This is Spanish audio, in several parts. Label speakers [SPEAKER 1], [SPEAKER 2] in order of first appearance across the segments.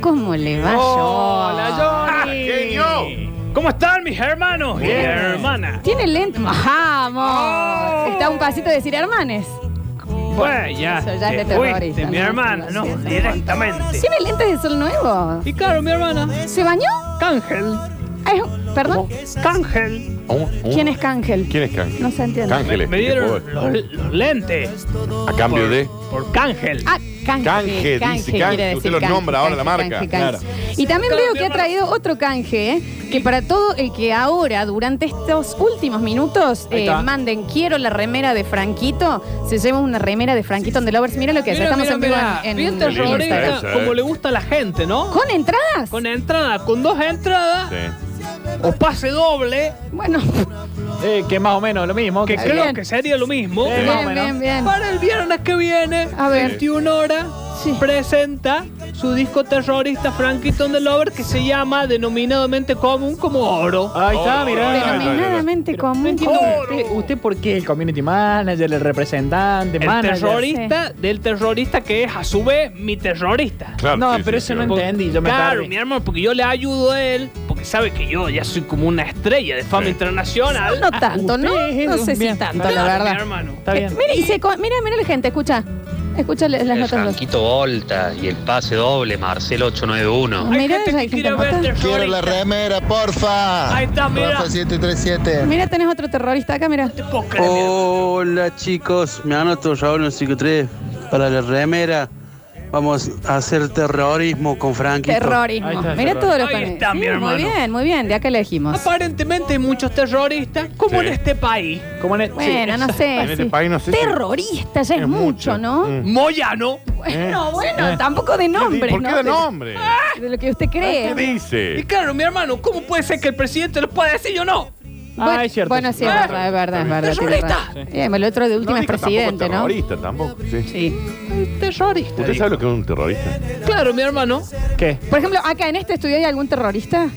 [SPEAKER 1] ¿Cómo le va
[SPEAKER 2] Hola, Johnny.
[SPEAKER 3] Ah, genio.
[SPEAKER 2] ¿Cómo están mis hermanos y
[SPEAKER 3] Bien.
[SPEAKER 2] hermanas?
[SPEAKER 1] Tiene lento. ¡Vamos!
[SPEAKER 2] Oh.
[SPEAKER 1] Está un pasito de decir hermanes.
[SPEAKER 2] Bueno, ya,
[SPEAKER 1] Eso ya
[SPEAKER 2] te
[SPEAKER 1] es de terrorista,
[SPEAKER 2] fuiste, mi
[SPEAKER 1] ¿no?
[SPEAKER 2] hermana, no,
[SPEAKER 1] Sí, sí.
[SPEAKER 2] directamente.
[SPEAKER 1] ¿Tiene lentes de sol nuevo?
[SPEAKER 2] Y claro, mi hermana,
[SPEAKER 1] ¿Se bañó?
[SPEAKER 2] Cángel,
[SPEAKER 1] Ay, ¿Perdón?
[SPEAKER 2] Cángel,
[SPEAKER 3] Un- un-
[SPEAKER 1] ¿Quién es Cángel?
[SPEAKER 3] ¿Quién es Cángel?
[SPEAKER 1] No se entiende.
[SPEAKER 3] Cángel
[SPEAKER 2] me,
[SPEAKER 3] es
[SPEAKER 2] me
[SPEAKER 3] que
[SPEAKER 2] dieron
[SPEAKER 3] puedo-
[SPEAKER 2] los, los lentes
[SPEAKER 3] a cambio de.
[SPEAKER 2] por Cángel.
[SPEAKER 1] Ah, Cángel.
[SPEAKER 3] Cángel,
[SPEAKER 1] quiere
[SPEAKER 3] dice Cángel,
[SPEAKER 1] decir
[SPEAKER 3] usted lo
[SPEAKER 1] Cángel,
[SPEAKER 3] nombra ahora la
[SPEAKER 1] Cángel,
[SPEAKER 3] marca.
[SPEAKER 1] Cángel, Cángel. Y también veo que ha traído otro canje, ¿eh? que para todo el que ahora, durante estos últimos minutos,
[SPEAKER 2] Ahí
[SPEAKER 1] eh,
[SPEAKER 2] está.
[SPEAKER 1] manden quiero la remera de Franquito, se lleva una remera de Franquito de Lovers. Mira lo que es,
[SPEAKER 2] Mira,
[SPEAKER 1] estamos
[SPEAKER 2] mira,
[SPEAKER 1] en vivo
[SPEAKER 2] mira,
[SPEAKER 1] en, en
[SPEAKER 2] bien
[SPEAKER 3] terrorista.
[SPEAKER 1] Instagram.
[SPEAKER 2] terrorista,
[SPEAKER 3] Instagram.
[SPEAKER 2] como le gusta a la gente, ¿no?
[SPEAKER 1] ¿Con entradas?
[SPEAKER 2] Con entrada, con dos entradas
[SPEAKER 3] Sí.
[SPEAKER 2] o pase doble,
[SPEAKER 1] Bueno,
[SPEAKER 4] Eh, que más o menos lo mismo.
[SPEAKER 2] que
[SPEAKER 4] que-
[SPEAKER 2] creo
[SPEAKER 1] bien.
[SPEAKER 2] que sería lo mismo.
[SPEAKER 4] Sí.
[SPEAKER 1] bien,
[SPEAKER 4] más o
[SPEAKER 1] bien,
[SPEAKER 4] menos.
[SPEAKER 1] bien. Ah,
[SPEAKER 2] Para el viernes que viene,
[SPEAKER 1] A ver.
[SPEAKER 2] 21 horas,
[SPEAKER 1] Sí.
[SPEAKER 2] presenta su disco terrorista Frankiton the Lover que se llama denominadamente común como oro.
[SPEAKER 4] Ahí está,
[SPEAKER 3] Oh,
[SPEAKER 4] mirá.
[SPEAKER 3] bueno.
[SPEAKER 1] Denominadamente común.
[SPEAKER 4] No entiendo
[SPEAKER 1] Oh.
[SPEAKER 4] usted, usted por qué el community manager, el representante,
[SPEAKER 2] El
[SPEAKER 4] manager.
[SPEAKER 2] terrorista del terrorista que es a su vez mi terrorista.
[SPEAKER 3] Claro,
[SPEAKER 4] No,
[SPEAKER 3] sí,
[SPEAKER 4] pero
[SPEAKER 3] sí,
[SPEAKER 4] eso no
[SPEAKER 3] sí, sí.
[SPEAKER 4] entendí, yo me
[SPEAKER 2] Claro,
[SPEAKER 4] tardé.
[SPEAKER 2] mi hermano, porque yo le ayudo a él, porque sabe que yo ya soy como una estrella de fama
[SPEAKER 3] Sí.
[SPEAKER 2] internacional.
[SPEAKER 1] No tanto, ¿no?
[SPEAKER 4] Usted es
[SPEAKER 1] No sé
[SPEAKER 4] bien.
[SPEAKER 1] si tanto,
[SPEAKER 4] Claro,
[SPEAKER 1] la
[SPEAKER 2] Claro, mi
[SPEAKER 1] verdad.
[SPEAKER 2] hermano.
[SPEAKER 4] Está
[SPEAKER 1] Eh,
[SPEAKER 4] bien.
[SPEAKER 1] Mira, y se co- mira, mira la gente, escucha. Escucha le- las
[SPEAKER 5] El
[SPEAKER 1] notas. dos.
[SPEAKER 5] Franquito Volta y el pase doble, Marcelo 891.
[SPEAKER 2] Hay
[SPEAKER 1] Mirá, ya
[SPEAKER 2] gente que
[SPEAKER 1] hay gente
[SPEAKER 2] quiere ver
[SPEAKER 1] votada.
[SPEAKER 6] Quiero
[SPEAKER 2] terrorista.
[SPEAKER 6] la remera, porfa.
[SPEAKER 2] Ahí está, mira.
[SPEAKER 6] Rafa 737.
[SPEAKER 1] Mira, tenés otro terrorista acá, mira.
[SPEAKER 2] No te puedo creer, mi hermano.
[SPEAKER 7] Oh. Hola chicos, me anoto Raúl en 53 para la remera. Vamos a hacer terrorismo con Frankie.
[SPEAKER 4] Ahí
[SPEAKER 1] Terrorismo.
[SPEAKER 4] está,
[SPEAKER 1] Mira
[SPEAKER 4] terrorismo.
[SPEAKER 1] todos los
[SPEAKER 2] Ahí
[SPEAKER 1] paneles.
[SPEAKER 2] está, mi
[SPEAKER 1] Muy
[SPEAKER 2] hermano.
[SPEAKER 1] bien, muy bien, de acá elegimos.
[SPEAKER 2] Aparentemente hay muchos terroristas, como
[SPEAKER 3] Sí.
[SPEAKER 2] en este país.
[SPEAKER 4] Como en el-
[SPEAKER 1] Bueno, no sé.
[SPEAKER 3] En este
[SPEAKER 1] sí.
[SPEAKER 3] país no sé si-
[SPEAKER 1] Terrorista ya es
[SPEAKER 3] es
[SPEAKER 1] mucho,
[SPEAKER 3] mucho,
[SPEAKER 1] ¿no?
[SPEAKER 3] mm.
[SPEAKER 2] Moyano.
[SPEAKER 1] Bueno, bueno, tampoco de nombre,
[SPEAKER 3] ¿Por qué
[SPEAKER 1] ¿no?
[SPEAKER 3] de nombre?
[SPEAKER 1] De, de lo que usted
[SPEAKER 3] ¿Qué
[SPEAKER 1] cree.
[SPEAKER 2] Y
[SPEAKER 3] dice?
[SPEAKER 2] claro, mi hermano, ¿cómo puede ser que el presidente lo pueda decir yo no?
[SPEAKER 4] Ah,
[SPEAKER 1] Bueno,
[SPEAKER 4] es cierto.
[SPEAKER 1] Bueno, sí, es
[SPEAKER 2] Ah,
[SPEAKER 1] verdad, es verdad, es verdad. tiene
[SPEAKER 2] terrorista.
[SPEAKER 1] razón. Bien, el otro de último es
[SPEAKER 3] diga tampoco
[SPEAKER 1] presidente, ¿no?
[SPEAKER 3] terrorista tampoco. sí.
[SPEAKER 1] Sí.
[SPEAKER 2] Terrorista.
[SPEAKER 3] ¿Usted sabe lo que es un terrorista?
[SPEAKER 2] Claro, mi hermano.
[SPEAKER 4] ¿Qué?
[SPEAKER 1] Por ejemplo, acá en este estudio hay algún terrorista.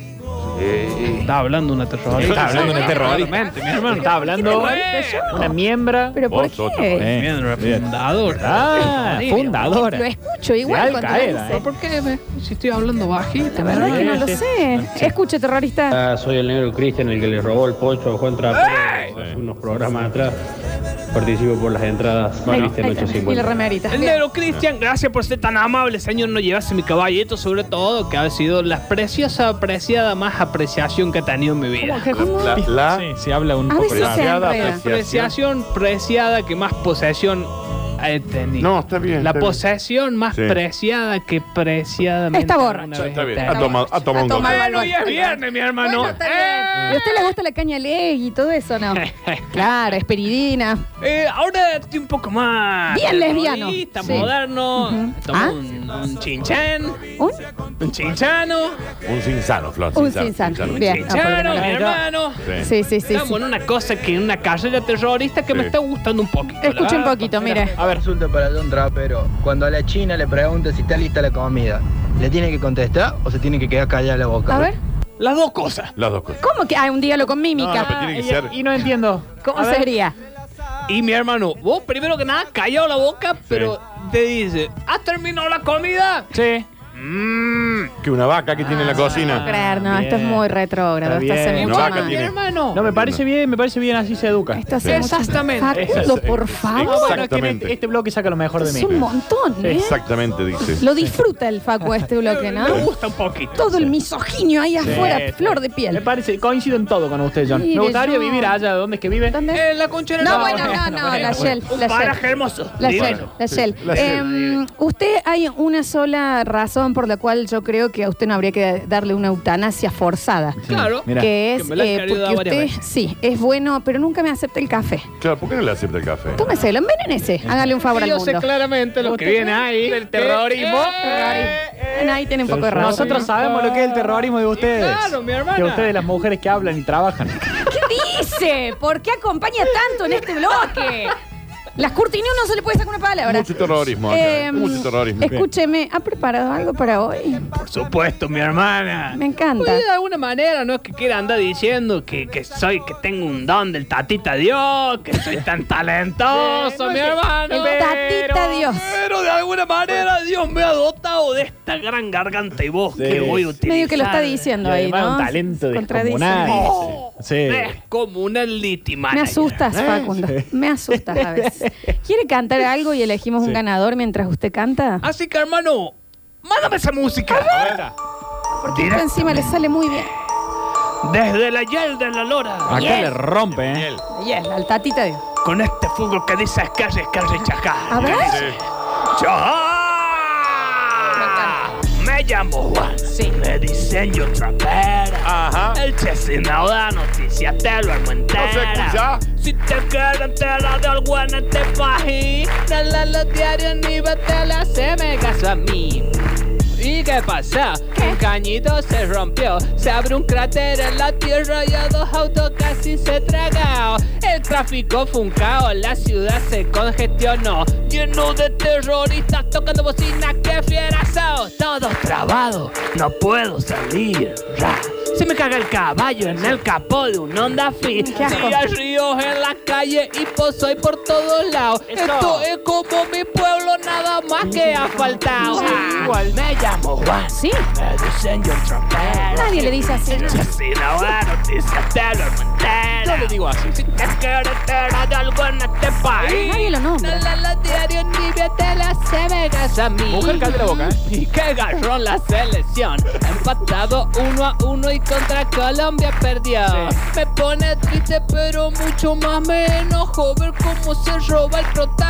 [SPEAKER 2] Está hablando una terrorista.
[SPEAKER 3] Está hablando una terrorista.
[SPEAKER 4] Realmente, mi hermano. Está hablando una miembra.
[SPEAKER 1] Pero ¿por
[SPEAKER 3] Vos eh. sos
[SPEAKER 1] qué?
[SPEAKER 3] terrorista.
[SPEAKER 2] Miembro fundador.
[SPEAKER 4] Ah, fundadora.
[SPEAKER 1] Lo escucho igual
[SPEAKER 4] De
[SPEAKER 1] cuando
[SPEAKER 4] Al-Qaeda,
[SPEAKER 1] dice.
[SPEAKER 4] ¿eh?
[SPEAKER 2] ¿Por qué? me- Si estoy hablando bajito.
[SPEAKER 1] La verdad es que no lo sé. Escuche, terrorista.
[SPEAKER 8] Ah, soy el negro Cristian, el que le robó el pocho a Juan Trapero hace unos programas atrás. Participo por las entradas.
[SPEAKER 1] Ahí-
[SPEAKER 8] Cristian
[SPEAKER 1] ahí está. Y la
[SPEAKER 8] 850.
[SPEAKER 1] remerita.
[SPEAKER 2] El
[SPEAKER 1] Bien.
[SPEAKER 2] negro Cristian, gracias por ser tan amable, señor. No llevase mi caballito, sobre todo, que ha sido la preciosa, apreciada, más apreciación que he tenido en mi vida.
[SPEAKER 1] ¿Cómo que- cómo?
[SPEAKER 3] La, la
[SPEAKER 4] Sí, sí, habla un
[SPEAKER 1] A
[SPEAKER 4] poco.
[SPEAKER 1] veces
[SPEAKER 4] raro.
[SPEAKER 1] se
[SPEAKER 3] apreciada
[SPEAKER 1] enreda.
[SPEAKER 3] apreciación.
[SPEAKER 2] Apreciación preciada que más posesión he tenido.
[SPEAKER 3] No, está bien.
[SPEAKER 2] La
[SPEAKER 3] está bien.
[SPEAKER 2] posesión más
[SPEAKER 3] Sí. preciada
[SPEAKER 2] que preciadamente.
[SPEAKER 1] Está borracho. alguna vez
[SPEAKER 3] Está bien.
[SPEAKER 1] Está
[SPEAKER 3] Ha tomado, ha tomado un
[SPEAKER 1] Ha tomado
[SPEAKER 3] golpe.
[SPEAKER 1] algo.
[SPEAKER 2] es viernes, mi hermano.
[SPEAKER 1] Bueno, está
[SPEAKER 3] Eh.
[SPEAKER 1] bien. ¿Y a usted le gusta la caña leg y todo eso, no? Claro, esperidina.
[SPEAKER 2] Eh, ahora estoy un poco más.
[SPEAKER 1] Bien lesbiano.
[SPEAKER 2] terrorista,
[SPEAKER 1] Sí.
[SPEAKER 2] moderno.
[SPEAKER 1] Ujú.
[SPEAKER 2] Tomo
[SPEAKER 1] ¿Ah?
[SPEAKER 2] un, un chinchán.
[SPEAKER 1] ¿Un?
[SPEAKER 2] Un chinchano.
[SPEAKER 3] Un sinsano, Flor.
[SPEAKER 1] Un sinsano. Bien. Ah,
[SPEAKER 2] Chinchano,
[SPEAKER 1] perdón,
[SPEAKER 2] mi
[SPEAKER 1] ahí
[SPEAKER 2] hermano.
[SPEAKER 3] Sí.
[SPEAKER 1] Sí, sí, sí.
[SPEAKER 2] Estamos
[SPEAKER 1] sí.
[SPEAKER 2] en una cosa que en una carrera terrorista que me
[SPEAKER 3] Sí.
[SPEAKER 2] está gustando un poquito. la
[SPEAKER 1] Escuche un
[SPEAKER 2] verdad.
[SPEAKER 1] poquito, mire.
[SPEAKER 4] A ver,
[SPEAKER 9] Resulta para Don Trapero, cuando a la China le pregunta si está lista la comida, ¿le tiene que contestar o se tiene que quedar callada la boca?
[SPEAKER 1] A ver.
[SPEAKER 2] Las dos cosas.
[SPEAKER 3] Las dos cosas.
[SPEAKER 1] ¿Cómo que hay un diálogo con
[SPEAKER 3] No, pero
[SPEAKER 1] mímica?
[SPEAKER 3] tiene que
[SPEAKER 4] y,
[SPEAKER 3] ser.
[SPEAKER 4] y no entiendo.
[SPEAKER 1] ¿Cómo
[SPEAKER 4] A ver,
[SPEAKER 1] sería?
[SPEAKER 2] Y mi hermano, vos primero que nada, callado la boca, pero te dice: ¿Has terminado la comida?
[SPEAKER 4] Sí.
[SPEAKER 3] Que una vaca que tiene en la
[SPEAKER 1] No
[SPEAKER 3] cocina.
[SPEAKER 1] creer, no, esto es
[SPEAKER 4] bien.
[SPEAKER 1] muy retrógrado. Esto
[SPEAKER 4] Está
[SPEAKER 1] hace
[SPEAKER 4] bien.
[SPEAKER 1] mucho
[SPEAKER 3] No, acá
[SPEAKER 1] mal.
[SPEAKER 2] Mi
[SPEAKER 3] tiene-
[SPEAKER 2] hermano.
[SPEAKER 4] No, me parece bien, me parece bien, así se educa.
[SPEAKER 1] Esto
[SPEAKER 3] Sí.
[SPEAKER 1] hace mucho mal.
[SPEAKER 2] Exactamente.
[SPEAKER 1] Facundo,
[SPEAKER 3] Ex-
[SPEAKER 1] por
[SPEAKER 3] ex-
[SPEAKER 1] favor.
[SPEAKER 4] Bueno, es que
[SPEAKER 3] Exactamente.
[SPEAKER 4] este, este bloque saca lo mejor
[SPEAKER 1] Ah,
[SPEAKER 4] de
[SPEAKER 1] Es
[SPEAKER 4] mí.
[SPEAKER 1] un montón, ¿eh?
[SPEAKER 3] Exactamente, dice.
[SPEAKER 1] Lo disfruta el Facu este bloque, ¿no?
[SPEAKER 2] Me gusta un poquito.
[SPEAKER 1] Todo el misoginio ahí afuera,
[SPEAKER 4] Sí, sí.
[SPEAKER 1] flor de
[SPEAKER 4] Me
[SPEAKER 1] piel.
[SPEAKER 4] parece, coincido en todo con usted, John.
[SPEAKER 1] Mire,
[SPEAKER 4] Me gustaría
[SPEAKER 1] John.
[SPEAKER 4] vivir allá donde es que vive.
[SPEAKER 1] ¿Dónde?
[SPEAKER 2] Eh, la concha de la
[SPEAKER 1] No,
[SPEAKER 2] lora.
[SPEAKER 1] bueno, no, no, la Shell,
[SPEAKER 2] Un
[SPEAKER 1] la Shell.
[SPEAKER 2] paraje hermoso.
[SPEAKER 1] La
[SPEAKER 2] divino.
[SPEAKER 1] Shell, la Shell.
[SPEAKER 3] la Shell.
[SPEAKER 1] Em, usted hay una sola razón por la cual yo creo que a usted no habría que darle una eutanasia forzada.
[SPEAKER 2] Claro.
[SPEAKER 4] Mira.
[SPEAKER 1] que es
[SPEAKER 2] que me la he
[SPEAKER 1] eh,
[SPEAKER 2] querido
[SPEAKER 1] porque
[SPEAKER 2] dar varias
[SPEAKER 1] usted
[SPEAKER 2] veces.
[SPEAKER 1] sí es bueno, pero nunca me acepta el café.
[SPEAKER 3] Claro, ¿por qué no le acepta el café?
[SPEAKER 1] Tómeselo, envenenese, hágale un favor
[SPEAKER 2] Sí,
[SPEAKER 1] al
[SPEAKER 2] yo sé
[SPEAKER 1] mundo.
[SPEAKER 2] claramente lo que viene ahí. Eh, El terrorismo.
[SPEAKER 1] Bueno, ahí tiene un poco de razón.
[SPEAKER 4] Nosotros sabemos lo que es el terrorismo de ustedes.
[SPEAKER 2] Claro, mi hermana.
[SPEAKER 4] De ustedes, las mujeres que hablan y trabajan.
[SPEAKER 1] ¿Qué dice? ¿Por qué acompaña tanto en este bloque? Las cortinas no se le puede sacar una palabra.
[SPEAKER 3] Mucho terrorismo acá,
[SPEAKER 1] Eh,
[SPEAKER 3] mucho terrorismo.
[SPEAKER 1] Escúcheme, ¿ha preparado algo para hoy?
[SPEAKER 2] Por supuesto, mi hermana.
[SPEAKER 1] Me encanta.
[SPEAKER 2] Pues, de alguna manera, no es que quiera andar diciendo que, que soy, que tengo un don del tatita Dios, que soy tan talentoso, mi hermano.
[SPEAKER 1] El tatita Dios.
[SPEAKER 2] Pero de alguna manera Dios me ha dotado de esta gran garganta y voz
[SPEAKER 4] Sí.
[SPEAKER 2] que voy a utilizar.
[SPEAKER 1] Medio que lo está diciendo
[SPEAKER 4] Y
[SPEAKER 1] ahí,
[SPEAKER 4] además
[SPEAKER 1] ¿no?
[SPEAKER 4] un talento
[SPEAKER 1] Contradice.
[SPEAKER 4] descomunal. Sí.
[SPEAKER 2] Es como una litimana.
[SPEAKER 1] Me asustas, Facundo. Me asustas a veces. ¿Quiere cantar algo y elegimos un
[SPEAKER 4] Sí.
[SPEAKER 1] ganador mientras usted canta?
[SPEAKER 2] Así que, hermano, mándame esa música.
[SPEAKER 1] Porque esto encima le sale muy bien.
[SPEAKER 2] Desde la yel de la lora.
[SPEAKER 4] Acá le rompe, ¿eh?
[SPEAKER 3] Daniel.
[SPEAKER 1] Yes, al tatita Dios.
[SPEAKER 2] Con este fuego que dice escarre, escarre,
[SPEAKER 1] A
[SPEAKER 2] chacá.
[SPEAKER 1] ver.
[SPEAKER 2] Chá. ah, Me llamo Juan.
[SPEAKER 1] Sí.
[SPEAKER 2] Me diseño trapera.
[SPEAKER 3] Ajá.
[SPEAKER 2] El chesinado da noticias, te lo armo entera.
[SPEAKER 3] No se escucha.
[SPEAKER 2] Si te quedas entera de algo en este país, dale los diarios ni vete a la se me caso a mí. ¿Y qué pasa? Un cañito se rompió, se abre un cráter en la tierra y a dos autos casi se tragao. El tráfico fue un caos, la ciudad se congestionó, lleno de terroristas tocando bocinas, que fierazo. Todos trabados, no puedo salir. Ra. Se me caga el caballo en el capó de un Honda Fit.
[SPEAKER 1] Qué asco.
[SPEAKER 2] Sí, hay ríos en la calle y pozo hay por todos lados. Esto es como mi pueblo, nada más que asfaltado. Ah, Igual me llamo Juan.
[SPEAKER 1] Sí.
[SPEAKER 2] Me dicen yo trapero.
[SPEAKER 1] Nadie le dice así. ¿no?
[SPEAKER 2] Si no va noticias te lo entera. Yo le digo así. Si te quieres enterar de algo en este país.
[SPEAKER 1] Nadie lo nombra.
[SPEAKER 2] La, la, la, diario ni te la se vegas a mí.
[SPEAKER 4] Mujer, cállate la boca, ¿eh?
[SPEAKER 2] Y que garrón la selección. Empatado uno a uno y contra Colombia perdió. Me pone triste, pero mucho más me enojo ver cómo se roba el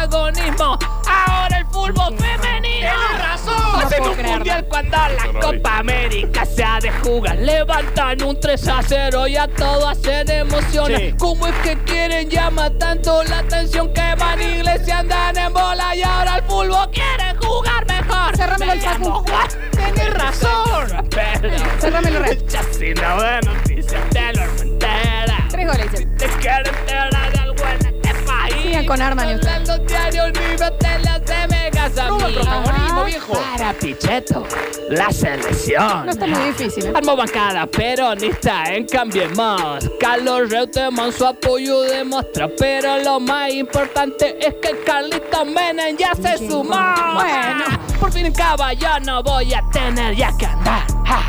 [SPEAKER 2] protagonismo. Ahora el fútbol femenino. razón.
[SPEAKER 1] No
[SPEAKER 2] Hacen
[SPEAKER 1] puedo
[SPEAKER 2] un
[SPEAKER 1] creerlo.
[SPEAKER 2] mundial cuando la Copa América se ha de jugar. Levantan un 3 a 0 y a todos hacen emociones.
[SPEAKER 4] Sí.
[SPEAKER 2] ¿Cómo es que quieren llamar tanto la atención que van iglesia andan en bola y ahora el fútbol quieren jugar mejor?
[SPEAKER 1] Cerrámelo
[SPEAKER 2] Me
[SPEAKER 1] el Facu.
[SPEAKER 2] llamo Juan, Tenés razón. Pero
[SPEAKER 1] Cerrámelo, Red.
[SPEAKER 2] Ya si no ve noticias te lo entera.
[SPEAKER 1] Tres goles. dice.
[SPEAKER 2] Te quiero enterar de algo en este país.
[SPEAKER 1] Sigan con Armani ustedes.
[SPEAKER 2] Hablando diario, ni telas de megas a mí.
[SPEAKER 1] protagonismo,
[SPEAKER 2] viejo. Para Pichetto, la selección.
[SPEAKER 1] No está muy difícil. ¿eh?
[SPEAKER 2] Armó bancada peronista en Cambiemos. Carlos Reutemann su apoyo demuestra, pero lo más importante es que Carlito Menem ya se sumó.
[SPEAKER 1] Bueno.
[SPEAKER 2] por fin en Caballano voy a tener ya que andar. Ja.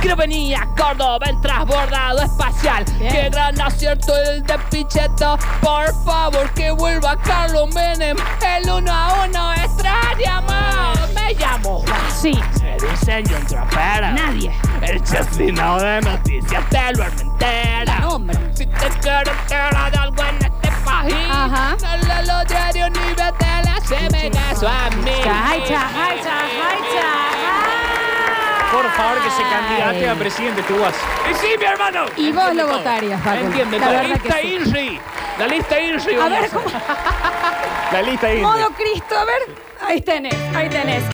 [SPEAKER 2] Quiero venir a Córdoba en transbordado espacial.
[SPEAKER 1] Bien.
[SPEAKER 2] Qué gran acierto el de Pichetto. Por favor, que vuelva Carlos Menem. El uno a uno extraña más. Me llamo Juan.
[SPEAKER 1] Sí.
[SPEAKER 2] Me dicen John Trapero.
[SPEAKER 1] Nadie.
[SPEAKER 2] El chasino de noticias te lo arma entera.
[SPEAKER 1] La nombra.
[SPEAKER 2] Si te quiero enterar de algo en este país,
[SPEAKER 1] Ajá.
[SPEAKER 2] no le lo diario ni vete a la se me caso a mí.
[SPEAKER 1] Chajay, chajay, chajay, chajay.
[SPEAKER 4] Por favor, que se candidate a presidente, tú vas.
[SPEAKER 2] Y sí, mi hermano.
[SPEAKER 1] Y vos lo votarías, Facu.
[SPEAKER 2] Entiende,
[SPEAKER 1] La
[SPEAKER 2] la,
[SPEAKER 1] verdad que
[SPEAKER 2] lista
[SPEAKER 1] sí.
[SPEAKER 2] INRI. La lista INRI.
[SPEAKER 1] A
[SPEAKER 2] vamos
[SPEAKER 1] ver,
[SPEAKER 2] hacer.
[SPEAKER 1] ¿cómo?
[SPEAKER 4] La lista ahí.
[SPEAKER 1] modo Cristo, a ver. Ahí tenés, ahí tenés.